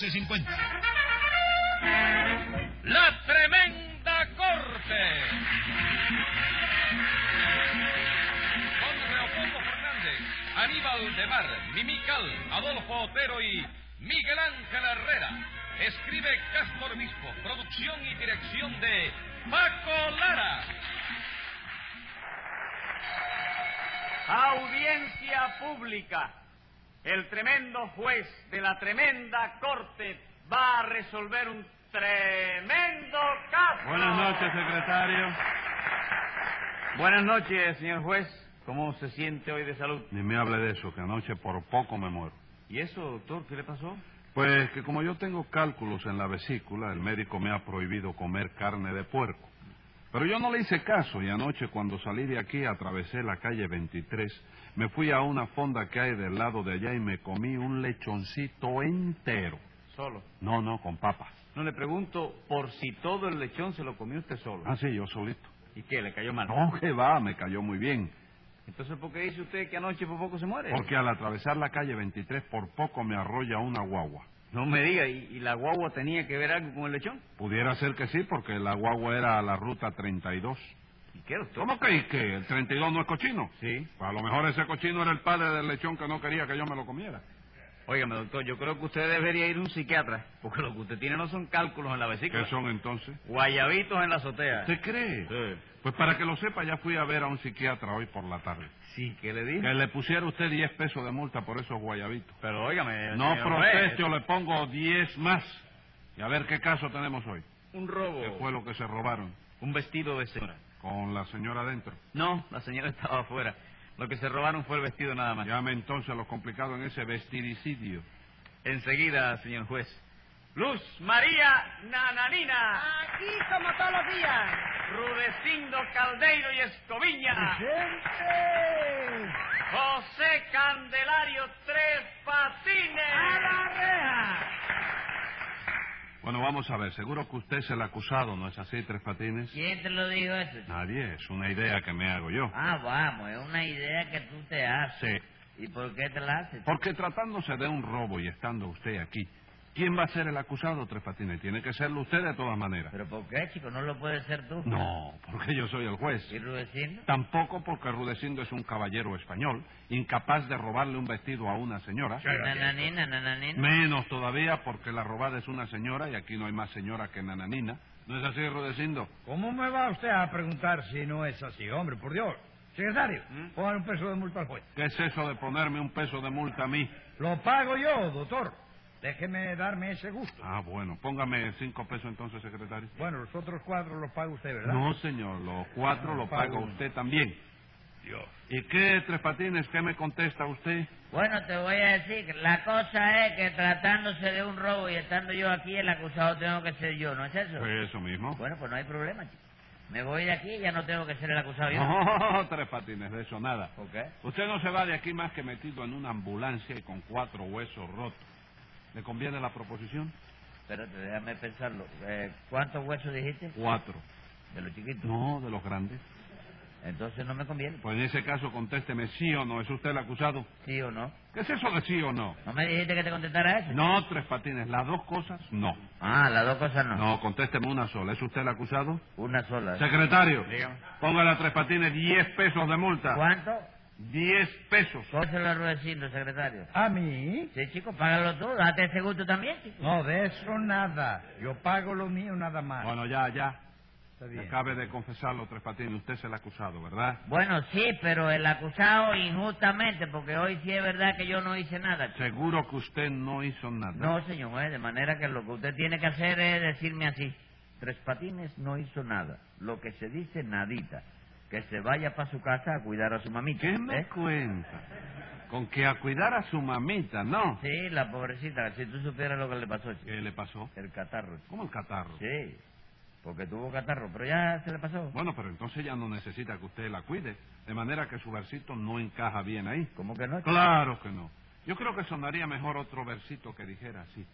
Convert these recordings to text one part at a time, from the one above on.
1450. La tremenda corte. Con Leopoldo Fernández, Aníbal de Mar, Mimical, Adolfo Otero y Miguel Ángel Herrera. Escribe Castro Obispo, producción y dirección de Paco Lara. Audiencia pública. El tremendo juez de la tremenda corte va a resolver un tremendo caso. Buenas noches, secretario. Buenas noches, señor juez. ¿Cómo se siente hoy de salud? Ni me hable de eso, que anoche por poco me muero. ¿Y eso, doctor? ¿Qué le pasó? Pues que como yo tengo cálculos en la vesícula, el médico me ha prohibido comer carne de puerco. Pero yo no le hice caso y anoche cuando salí de aquí atravesé la calle 23, me fui a una fonda que hay del lado de allá y me comí un lechoncito entero. Solo. No, no, con papas. No le pregunto por si todo el lechón se lo comió usted solo. Ah, sí, yo solito. ¿Y qué? ¿Le cayó mal? No, que va, me cayó muy bien. Entonces, ¿por qué dice usted que anoche por poco se muere? Porque al atravesar la calle 23 por poco me arrolla una guagua. No me diga, ¿y, y la guagua tenía que ver algo con el lechón? Pudiera ser que sí, porque la guagua era a la ruta 32. ¿Y qué, doctor? ¿Cómo que y qué? ¿El 32 no es cochino? Sí. Pues a lo mejor ese cochino era el padre del lechón que no quería que yo me lo comiera. Óigame, doctor, yo creo que usted debería ir a un psiquiatra, porque lo que usted tiene no son cálculos en la vesícula. ¿Qué son entonces? Guayabitos en la azotea. ¿Usted cree? Sí. Pues para que lo sepa, ya fui a ver a un psiquiatra hoy por la tarde. Sí, ¿qué le dije? Que le pusiera usted 10 pesos de multa por esos guayabitos. Pero óigame... No señor juez, proteste, yo le pongo 10 más. Y a ver qué caso tenemos hoy. Un ¿Qué robo. fue lo que se robaron? Un vestido de señora. Con la señora adentro. No, la señora estaba afuera. Lo que se robaron fue el vestido nada más. Llame entonces a lo complicado en ese vestidicidio. Enseguida, señor juez. Luz María Nananina, Aquí como todos los días. Rudecindo Caldeiro y Escoviña, José Candelario Tres Patines. Bueno, vamos a ver. Seguro que usted es el acusado, ¿no es así, Tres Patines? ¿Quién te lo dijo eso? chico? Nadie. Es una idea que me hago yo. Ah, vamos, es una idea que tú te Ah, haces. Sí. ¿Y por qué te la haces? Porque tratándose de un robo y estando usted aquí, ¿quién va a ser el acusado, Tres Patines? Tiene que serlo usted de todas maneras. ¿Pero por qué, chico? ¿No lo puedes ser tú? No, porque yo soy el juez. ¿Y Rudecindo? Tampoco porque Rudecindo es un caballero español, incapaz de robarle un vestido a una señora. Nananina, nananina. Menos todavía porque la robada es una señora y aquí no hay más señora que nananina. ¿No es así, Rudecindo? ¿Cómo me va usted a preguntar si no es así? Hombre, por Dios. Secretario, ¿Mm? pongan un peso de multa al juez. ¿Qué es eso de ponerme un peso de multa a mí? Lo pago yo, doctor. Déjeme darme ese gusto. Ah, bueno, póngame cinco pesos entonces, secretario. Bueno, los otros cuatro los paga usted, ¿verdad? No, señor, los cuatro No, lo pago paga uno. usted también. ¿Y qué, Tres Patines, qué me contesta usted? Bueno, te voy a decir, que la cosa es que tratándose de un robo y estando yo aquí, el acusado tengo que ser yo, ¿no es eso? Eso mismo. Bueno, pues no hay problema, chico. Me voy de aquí y ya no tengo que ser el acusado yo. No, Tres Patines, de eso nada. ¿Por qué? Usted no se va de aquí más que metido en una ambulancia y con cuatro huesos rotos. ¿Le conviene la proposición? Espérate, déjame pensarlo. Eh, ¿Cuántos huesos dijiste? Cuatro. De los chiquitos. No, de los grandes. Entonces no me conviene. Pues en ese caso contésteme sí o no. ¿Es usted el acusado? ¿Sí o no? ¿Qué es eso de sí o no? ¿No me dijiste que te contestara eso? No, Tres Patines. Las dos cosas, no. Ah, las dos cosas no. No, contésteme una sola. ¿Es usted el acusado? Una sola. ¿eh? Secretario, Dígame. póngale a Tres Patines 10 pesos de multa. ¿Cuánto? 10 pesos. Pónselo a Rudecindo, secretario. ¿A mí? Sí, chico, págalo tú. Date ese gusto también, chico. No, de eso nada. Yo pago lo mío nada más. Bueno, ya, ya. Está bien. Acabe de confesarlo, Tres Patines. Usted es el acusado, ¿verdad? Bueno, sí, pero el acusado injustamente, porque hoy sí es verdad que yo no hice nada. chico. Seguro que usted no hizo nada. No, señor juez, de manera que lo que usted tiene que hacer es decirme así. Tres Patines no hizo nada. Lo que se dice, nadita. Que se vaya para su casa a cuidar a su mamita. ¿Qué me ¿eh? cuenta? Con que a cuidar a su mamita, ¿no? Sí, la pobrecita, si tú supieras lo que le pasó, chico. ¿Qué le pasó? El catarro. ¿Cómo el catarro? Sí, porque tuvo catarro, pero ya se le pasó. Bueno, pero entonces ya no necesita que usted la cuide. De manera que su versito no encaja bien ahí. ¿Cómo que no? Claro que no. Yo creo que sonaría mejor otro versito que dijera así.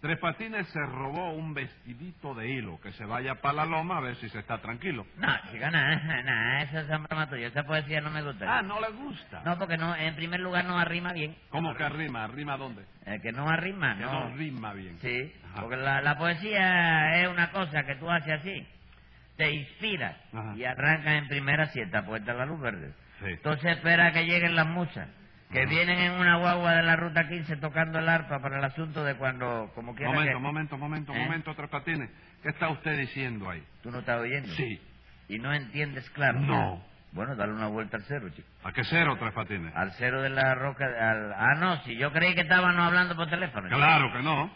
Tres Patines se robó un vestidito de hilo. Que se vaya para la loma a ver si se está tranquilo. No, chica, nada, nada, eso es un broma tuyo. Esa poesía no me gusta. Ah, no le gusta. No, porque no, en primer lugar no arrima bien. ¿Cómo que arrima? ¿Arrima dónde? Eh, que no arrima, Que no rima bien. Sí, Ajá. porque la, la poesía es una cosa que tú haces así. Te inspiras Ajá. y arrancas en primera cierta puerta a la luz verde. Sí. Entonces espera que lleguen las musas, que Ajá. vienen en una guagua de la ruta 15 tocando el arpa para el asunto de cuando, como quiera Momento, que... momento, momento, ¿Eh? momento, Tres Patines. ¿Qué está usted diciendo ahí? ¿Tú no estás oyendo? Sí. ¿Y no entiendes claro? No. Bueno, dale una vuelta al cero, chico. ¿A qué cero, Tres Patines? Al cero de la roca... Al... Ah, no, si yo creí que estábamos hablando por teléfono. chico. Claro que no.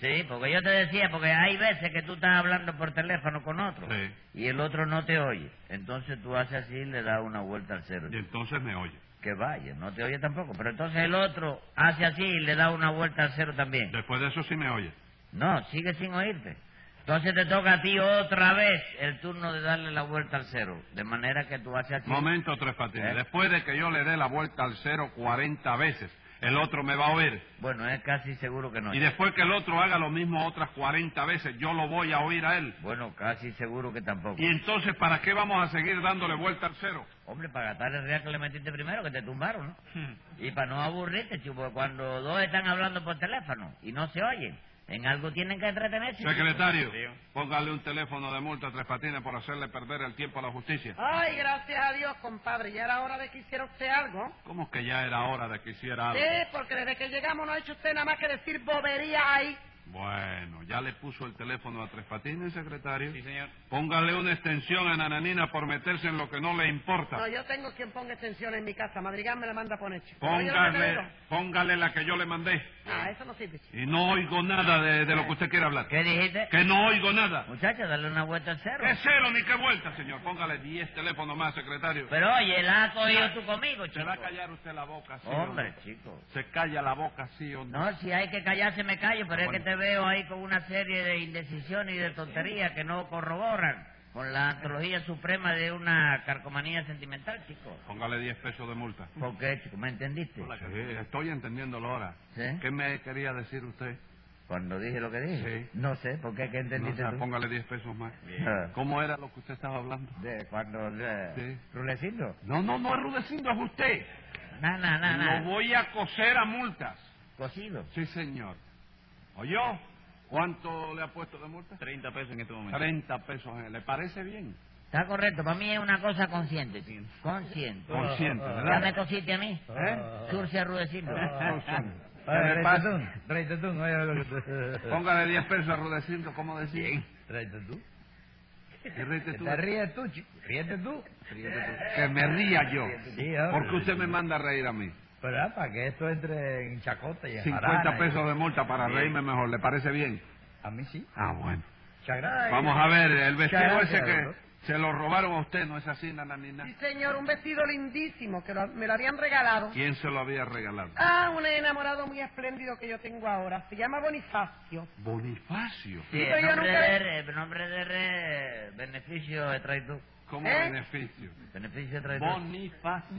Sí, porque yo te decía, porque hay veces que tú estás hablando por teléfono con otro Sí. y el otro no te oye. Entonces tú haces así y le das una vuelta al cero. Y entonces me oye. Que vaya, no te oye tampoco. Pero entonces el otro hace así y le da una vuelta al cero también. Después de eso sí me oye. No, sigue sin oírte. Entonces te toca a ti otra vez el turno de darle la vuelta al cero. De manera que tú haces así. Momento, Tres Patines. ¿Eh? Después de que yo le dé la vuelta al cero 40 veces, el otro me va a oír. Bueno, es casi seguro que no. Y después que el otro haga lo mismo otras 40 veces, yo lo voy a oír a él. Bueno, casi seguro que tampoco. Y entonces, ¿para qué vamos a seguir dándole vuelta al cero? Hombre, para gastar el real que le metiste primero, que te tumbaron, ¿no? Y para no aburrirte, chico, porque cuando dos están hablando por teléfono y no se oyen, en algo tienen que entretenerse. Secretario, póngale un teléfono de multa a Tres Patines por hacerle perder el tiempo a la justicia. Ay, gracias a Dios, compadre. Ya era hora de que hiciera usted algo. ¿Cómo que ya era hora de que hiciera algo? Sí, porque desde que llegamos no ha hecho usted nada más que decir bobería ahí. Bueno, ¿ya le puso el teléfono a Tres Patines, secretario? Sí, señor. Póngale una extensión a Nananina por meterse en lo que no le importa. No, yo tengo quien ponga extensión en mi casa. Madrigal me la manda a poner. chico. Oye lo que te Póngale, digo. póngale la que yo le mandé. Ah, eso no sirve. chico. Y no oigo nada de, de lo que usted quiere hablar. ¿Qué dijiste? Que no oigo nada. Muchacha, dale una vuelta al cero. ¿Qué cero ni qué vuelta, señor? Póngale 10 teléfonos más, secretario. Pero oye, la has cogido tú conmigo, ¿Se chico. va a callar usted la boca, sí o no? Hombre, chico. ¿Se calla la boca, sí o no? No, si hay que callarse me callo, pero es Bueno. que te veo ahí con una serie de indecisiones y de tonterías que no corroboran con la antología suprema de una carcomanía sentimental, chico. Póngale 10 pesos de multa. ¿Por qué, chico? ¿Me entendiste? Sí, estoy entendiéndolo ahora. ¿Sí? ¿Qué me quería decir usted? Cuando dije lo que dije. Sí. No sé, ¿por qué? ¿Qué entendiste No, tú? póngale 10 pesos más. Ah. ¿Cómo era lo que usted estaba hablando? De cuando... eh, De, Sí. Rulecindo. No, no, no es Rudecindo, es usted. Na, na, na, na. Lo voy a coser a multas. Cocido. Sí, señor. ¿Oyó? ¿Cuánto le ha puesto de multa? 30 pesos en este momento. 30 pesos. ¿Le parece bien? Está correcto. Para mí es una cosa consciente. chico. Consciente. Consciente, Ya me ¿verdad? cosiste a mí. Ah, ¿Eh? Surce a Rudecindo. ¿Qué le pasa? Reitetún, reitetún, oye lo que tú... Póngale 10 pesos a Rudecindo, ¿cómo decía? Reitetún. Y ríete Que tú. Te ríes tú, chico. Ríete tú. Ríete tú. Que me ría yo. Sí, hombre. ¿Por qué usted me manda a reír a mí? Pero ah, para que esto entre en chacota y en 50 jarana. pesos de multa para reírme mejor, ¿le parece bien? A mí sí. Ah, bueno. Chagrada. Vamos a ver, el vestido Muchas ese gracias, que doctor. se lo robaron a usted, ¿no es así, nananina? Sí, señor, un vestido lindísimo que lo- me lo habían regalado. ¿Quién se lo había regalado? Ah, un enamorado muy espléndido que yo tengo ahora. Se llama Bonifacio. Bonifacio. Sí, Pero el yo nombre, nunca- de re- el nombre de re- beneficio de traidor. ¿Cómo ¿Eh? beneficio? Beneficio de traidor. Bonifacio. Bonifacio.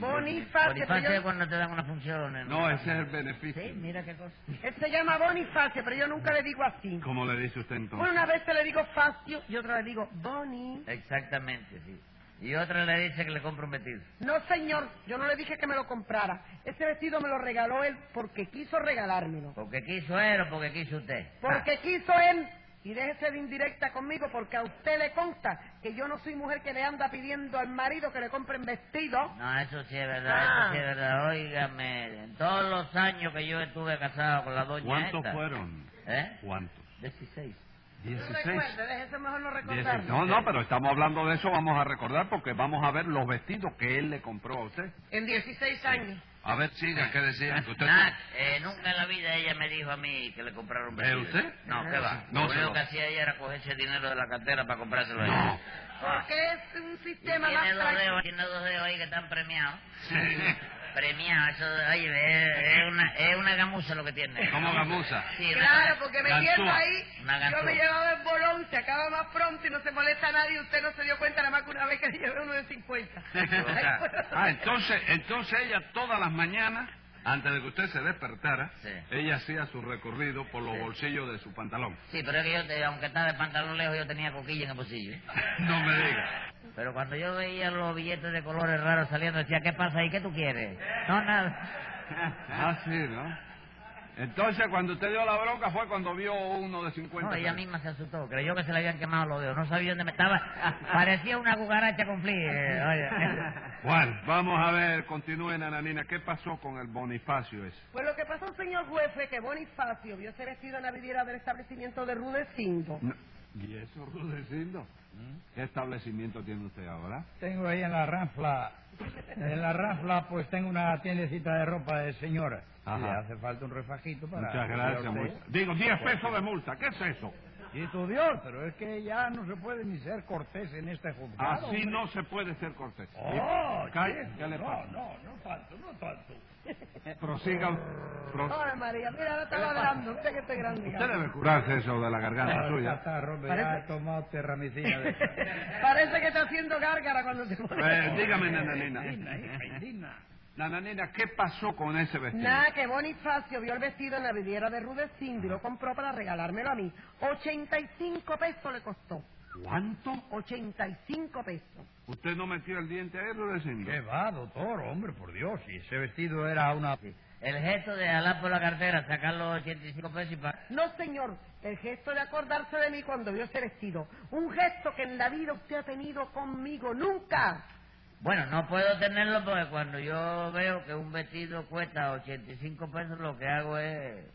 Bonifacio pero es yo- cuando te dan una función. en- No, ese es el Sí, beneficio. mira qué cosa. Él se llama Bonifacio, pero yo nunca le digo así. ¿Cómo le dice usted Bueno, entonces? una vez te le digo Facio y otra le digo Boni. Exactamente, sí. Y otra le dice que le compra un vestido. No, señor, yo no le dije que me lo comprara. Ese vestido me lo regaló él porque quiso regalármelo. Porque quiso él o porque quiso usted. Porque quiso él. Y déjese de indirecta conmigo porque a usted le consta que yo no soy mujer que le anda pidiendo al marido que le compren vestido. Ah, No, eso sí es verdad, Ah. eso sí es verdad. Óigame, en todos los años que yo estuve casado con la doña ¿Cuántos esta, fueron? ¿Eh? ¿Cuántos? 16. No recuerde, déjese mejor no Dieciséis. recordarlo. No, no, pero estamos hablando de eso, vamos a recordar porque vamos a ver los vestidos que él le compró a usted. En 16 años. A ver, siga, ¿qué decía? Que usted- Nah, eh, nunca en la vida ella me dijo a mí que le compraron un ¿Ve vestido. usted? No, ¿qué va? No, lo único señor. que hacía ella era cogerse el dinero de la cartera para comprárselo a No. ella. Porque es un Y sistema tiene más dos práctico. dedos, tiene dos dedos ahí que están premiados. Sí. Premiados, eso, oye, es, es una, es una gamuza lo que tiene. ¿Cómo gamuza? Sí, una- Claro, porque me Gantúa. pierdo ahí. Una Yo gantúa. me llevaba el bolón, se acaba más pronto y no se molesta a nadie. Usted no se dio cuenta nada más que una vez que le llevé uno de 50. Ay, ah, entonces, entonces ella todas las mañanas Antes de que usted se despertara, Sí. ella hacía su recorrido por los Sí. bolsillos de su pantalón. Sí, pero es que yo, te- aunque estaba de pantalón lejos, yo tenía coquilla en el bolsillo. ¿eh? No me diga. Pero cuando yo veía los billetes de colores raros saliendo, decía, ¿qué pasa ahí? ¿Qué tú quieres? No, nada. Ah, sí, ¿no? Entonces, cuando usted dio la bronca fue cuando vio uno de 50. No, ella pesos. misma se asustó. Creyó que se le habían quemado los dedos. No sabía dónde me estaba. Parecía una cucaracha con fli. eh, oye. Juan, vamos a ver, continúe, Nananina, ¿qué pasó con el Bonifacio ese? Pues lo que pasó, señor juez, fue que Bonifacio vio ese vestido en la vidriera del establecimiento de Rudecindo. ¿Y eso, Rudecindo? ¿Qué establecimiento tiene usted ahora? Tengo ahí en la ranfla, en la ranfla pues tengo una tiendecita de ropa de señora. Ajá. Si le hace falta un refajito para... Muchas gracias, para usted. multa. Digo, 10 pesos de multa, ¿qué es eso? Sí, tu Dios, pero es que ya no se puede ni ser cortés en este Así juzgado. hombre. Ah, no se puede ser cortés. Oh, Ca- sí, ¿Qué le pasa? No, no, no tanto, no tanto. Prosiga. pro- Ay, María, mira, ahora estaba hablando. Usted que esté grande. Usted debe curarse eso de la garganta No, Ah, suya. catarro, me Parece- ha tomado terramicina de esa. Parece que está haciendo gárgara cuando se pone. Eh, dígame, Nananina. Dina, hija, Dina. Nananina, ¿qué pasó con ese vestido? Nada, que Bonifacio vio el vestido en la vidriera de Rudecindo y lo compró para regalármelo a mí. 85 pesos le costó. ¿Cuánto? 85 pesos. ¿Usted no metió el diente ahí, Rudecindo? ¿Qué va, doctor? Hombre, por Dios, si ese vestido era una... El gesto de jalar por la cartera, sacar los 85 pesos y pa... No, señor, el gesto de acordarse de mí cuando vio ese vestido. Un gesto que en la vida usted ha tenido conmigo. ¡Nunca! Bueno, no puedo tenerlo porque cuando yo veo que un vestido cuesta 85 pesos, lo que hago es...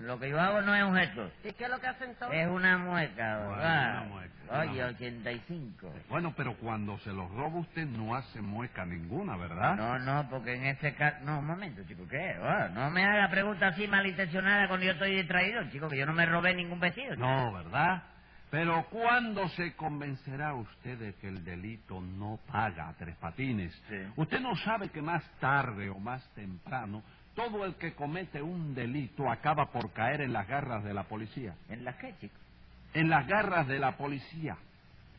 Lo que yo hago no es un gesto, ¿Y qué es lo que hace entonces? es una mueca, Bueno, ¿verdad? una mueca, Oye, una 85. Bueno, pero cuando se los roba usted no hace mueca ninguna, ¿verdad? No, no, porque en este caso... No, un momento, chico, ¿qué? Ah, no me haga preguntas así malintencionadas cuando yo estoy distraído, chico, que yo no me robé ningún vestido. chico. No, ¿verdad? Pero ¿cuándo se convencerá usted de que el delito no paga a tres patines? Sí. Usted no sabe que más tarde o más temprano todo el que comete un delito acaba por caer en las garras de la policía. ¿En las qué, chico? En las garras de la policía.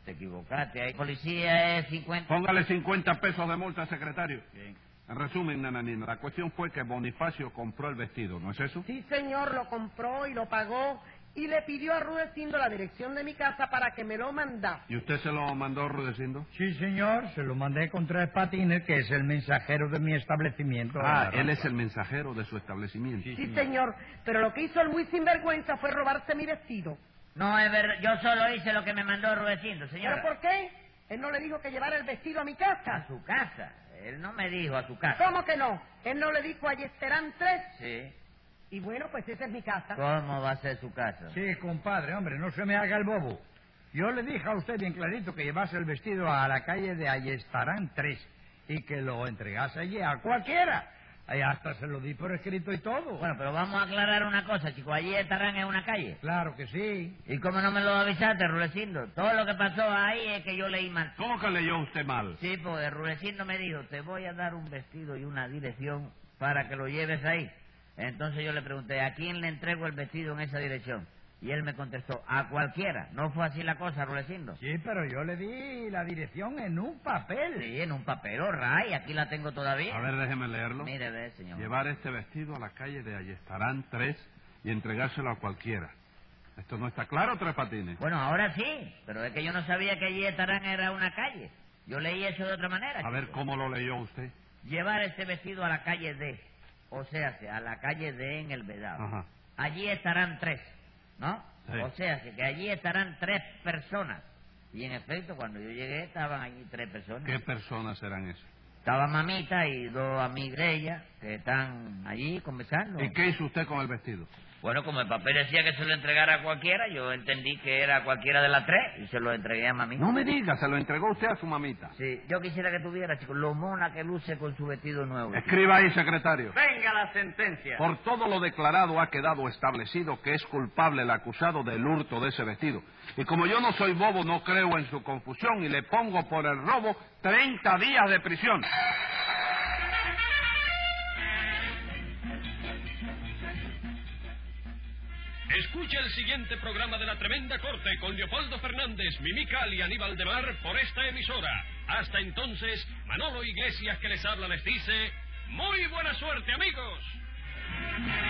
Te equivocaste, ahí policía eh, es 50... Póngale 50 pesos de multa, secretario. En resumen, nananina, la cuestión fue que Bonifacio compró el vestido, ¿no es eso? Sí, señor, lo compró y lo pagó y le pidió a Rudecindo la dirección de mi casa para que me lo mandara. ¿Y usted se lo mandó rudeciendo? Sí, señor, se lo mandé con tres patines, que es el mensajero de mi establecimiento. Ah, La él es ropa. el mensajero de su establecimiento. Sí, señor, pero lo que hizo el muy sinvergüenza fue robarse mi vestido. No, es verdad, yo solo hice lo que me mandó Rudecindo, ¿Pero señora. por qué? Él no le dijo que llevara el vestido a mi casa. A su casa. Él no me dijo a su casa. ¿Cómo que no? Él no le dijo a Yesterán tres. Sí. Y bueno, pues esa es mi casa. ¿Cómo va a ser su casa? Sí, compadre, hombre, no se me haga el bobo. Yo le dije a usted bien clarito que llevase el vestido a la calle de Ayestarán 3 y que lo entregase allí a cualquiera. Ahí hasta se lo di por escrito y todo. Bueno, pero vamos a aclarar una cosa, chico. Allí estarán en una calle. claro que sí. ¿Y cómo no me lo avisaste, Rudecindo? Todo lo que pasó ahí es que yo leí mal. ¿Cómo que leyó usted mal? Sí, porque Rudecindo me dijo, te voy a dar un vestido y una dirección para que lo lleves ahí. Entonces yo le pregunté, ¿a quién le entrego el vestido en esa dirección? Y él me contestó, a cualquiera. No fue así la cosa, Rudecindo. Sí, pero yo le di la dirección en un papel. Sí, en un papel, oh, ray, aquí la tengo todavía. A ver, déjeme leerlo. Mire, ve, señor. Llevar este vestido a la calle de Ayestarán 3 y entregárselo a cualquiera. ¿Esto no está claro, Tres Patines? Bueno, ahora sí, pero es que yo no sabía que allí Estarán era una calle. Yo leí eso de otra manera. A ver, chico. ¿cómo lo leyó usted? Llevar este vestido a la calle D, o sea, a la calle D en el Vedado. Ajá. Allí estarán tres, ¿no? Sí. O sea, que allí estarán tres personas. Y en efecto, cuando yo llegué, estaban allí tres personas. ¿Qué personas eran esas? Estaba mamita y dos amigas de ella que están allí conversando. ¿Y qué hizo usted con el vestido? Bueno, como el papel decía que se lo entregara a cualquiera, yo entendí que era a cualquiera de las tres y se lo entregué a mamita. No me diga, se lo entregó usted a su mamita. Sí, yo quisiera que tuviera, chicos, lo mona que luce con su vestido nuevo. chico. Escriba ahí, secretario. Venga la sentencia. Por todo lo declarado ha quedado establecido que es culpable el acusado del hurto de ese vestido. Y como yo no soy bobo, no creo en su confusión y le pongo por el robo 30 días de prisión. Escucha el siguiente programa de La Tremenda Corte con Leopoldo Fernández, Mimical y Aníbal de Mar por esta emisora. Hasta entonces, Manolo Iglesias que les habla les dice... Muy buena suerte, amigos.